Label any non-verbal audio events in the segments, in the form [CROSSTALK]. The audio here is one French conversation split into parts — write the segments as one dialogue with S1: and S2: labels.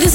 S1: this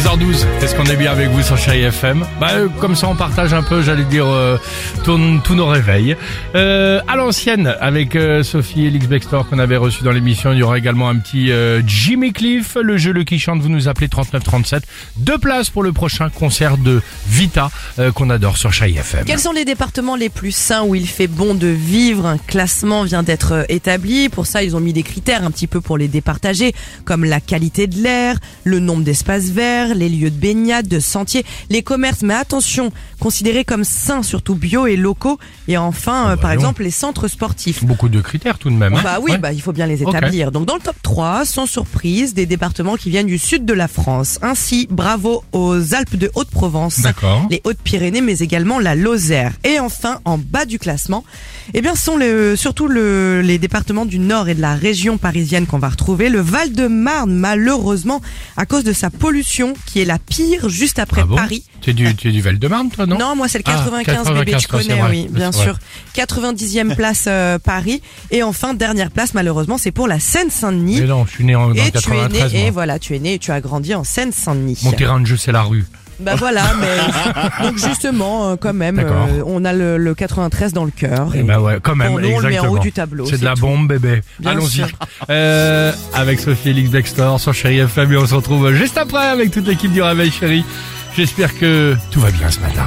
S2: h 12 qu'est-ce qu'on est bien avec vous sur Chéri FM bah, euh, Comme ça, on partage un peu, j'allais dire, euh, tous- tous nos réveils. Euh, à l'ancienne, avec euh, Sophie et Lix Bextor qu'on avait reçu dans l'émission, il y aura également un petit euh, Jimmy Cliff, le jeu Le Qui Chante, vous nous appelez 3937. Deux places pour le prochain concert de Vita euh, qu'on adore sur Chéri FM.
S3: Quels sont les départements les plus sains où il fait bon de vivre Un classement vient d'être euh, établi. Pour ça, ils ont mis des critères un petit peu pour les départager, comme la qualité de l'air, le nombre d'espaces verts, les lieux de baignade, de sentiers, les commerces. Mais attention, considérés comme sains, surtout bio et locaux. Et enfin, euh,
S2: bah
S3: par
S2: non.
S3: exemple, les centres sportifs.
S2: Beaucoup de critères tout de même. hein.
S3: Bah oui,
S2: Ouais.
S3: bah, il faut bien les
S2: Ok.
S3: établir. Donc dans le top 3, sans surprise, des départements qui viennent du sud de la France. Ainsi, bravo aux Alpes de Haute-Provence,
S2: D'accord.
S3: les Hautes-Pyrénées, mais également la Lozère. Et enfin, en bas du classement, eh bien, sont le, surtout le, les départements du nord et de la région parisienne qu'on va retrouver. Le Val-de-Marne, malheureusement, à cause de sa pollution, qui est la pire juste après
S2: Ah bon
S3: Paris.
S2: Tu es du, tu es du Val-de-Marne, toi, non
S3: moi, c'est le
S2: Ah,
S3: 95, bébé,
S2: 95,
S3: tu connais,
S2: c'est vrai,
S3: oui,
S2: c'est
S3: bien
S2: vrai.
S3: sûr. 90e place euh, Paris. Et enfin, dernière place, malheureusement, c'est pour la Seine-Saint-Denis.
S2: Mais Eh non, je suis né en dans
S3: Et tu es
S2: 93.
S3: né, et
S2: moi.
S3: voilà, tu es né et tu as grandi en Seine-Saint-Denis.
S2: Mon terrain de jeu, c'est la rue.
S3: Bah voilà,
S2: [LAUGHS]
S3: mais donc justement, euh, quand même,
S2: D'accord.
S3: euh, on a le, le 93 dans le cœur.
S2: Eh ben ouais, quand même,
S3: Pour nous, on le met en
S2: exactement.
S3: haut du tableau.
S2: C'est de
S3: c'est
S2: la
S3: tout.
S2: bombe, bébé.
S3: Bien
S2: Allons-y.
S3: sûr.
S2: Euh, avec Sophie Elix Dextor sur Chéri FM, et on se retrouve juste après avec toute l'équipe du Réveil Chéri. J'espère que tout va bien ce matin.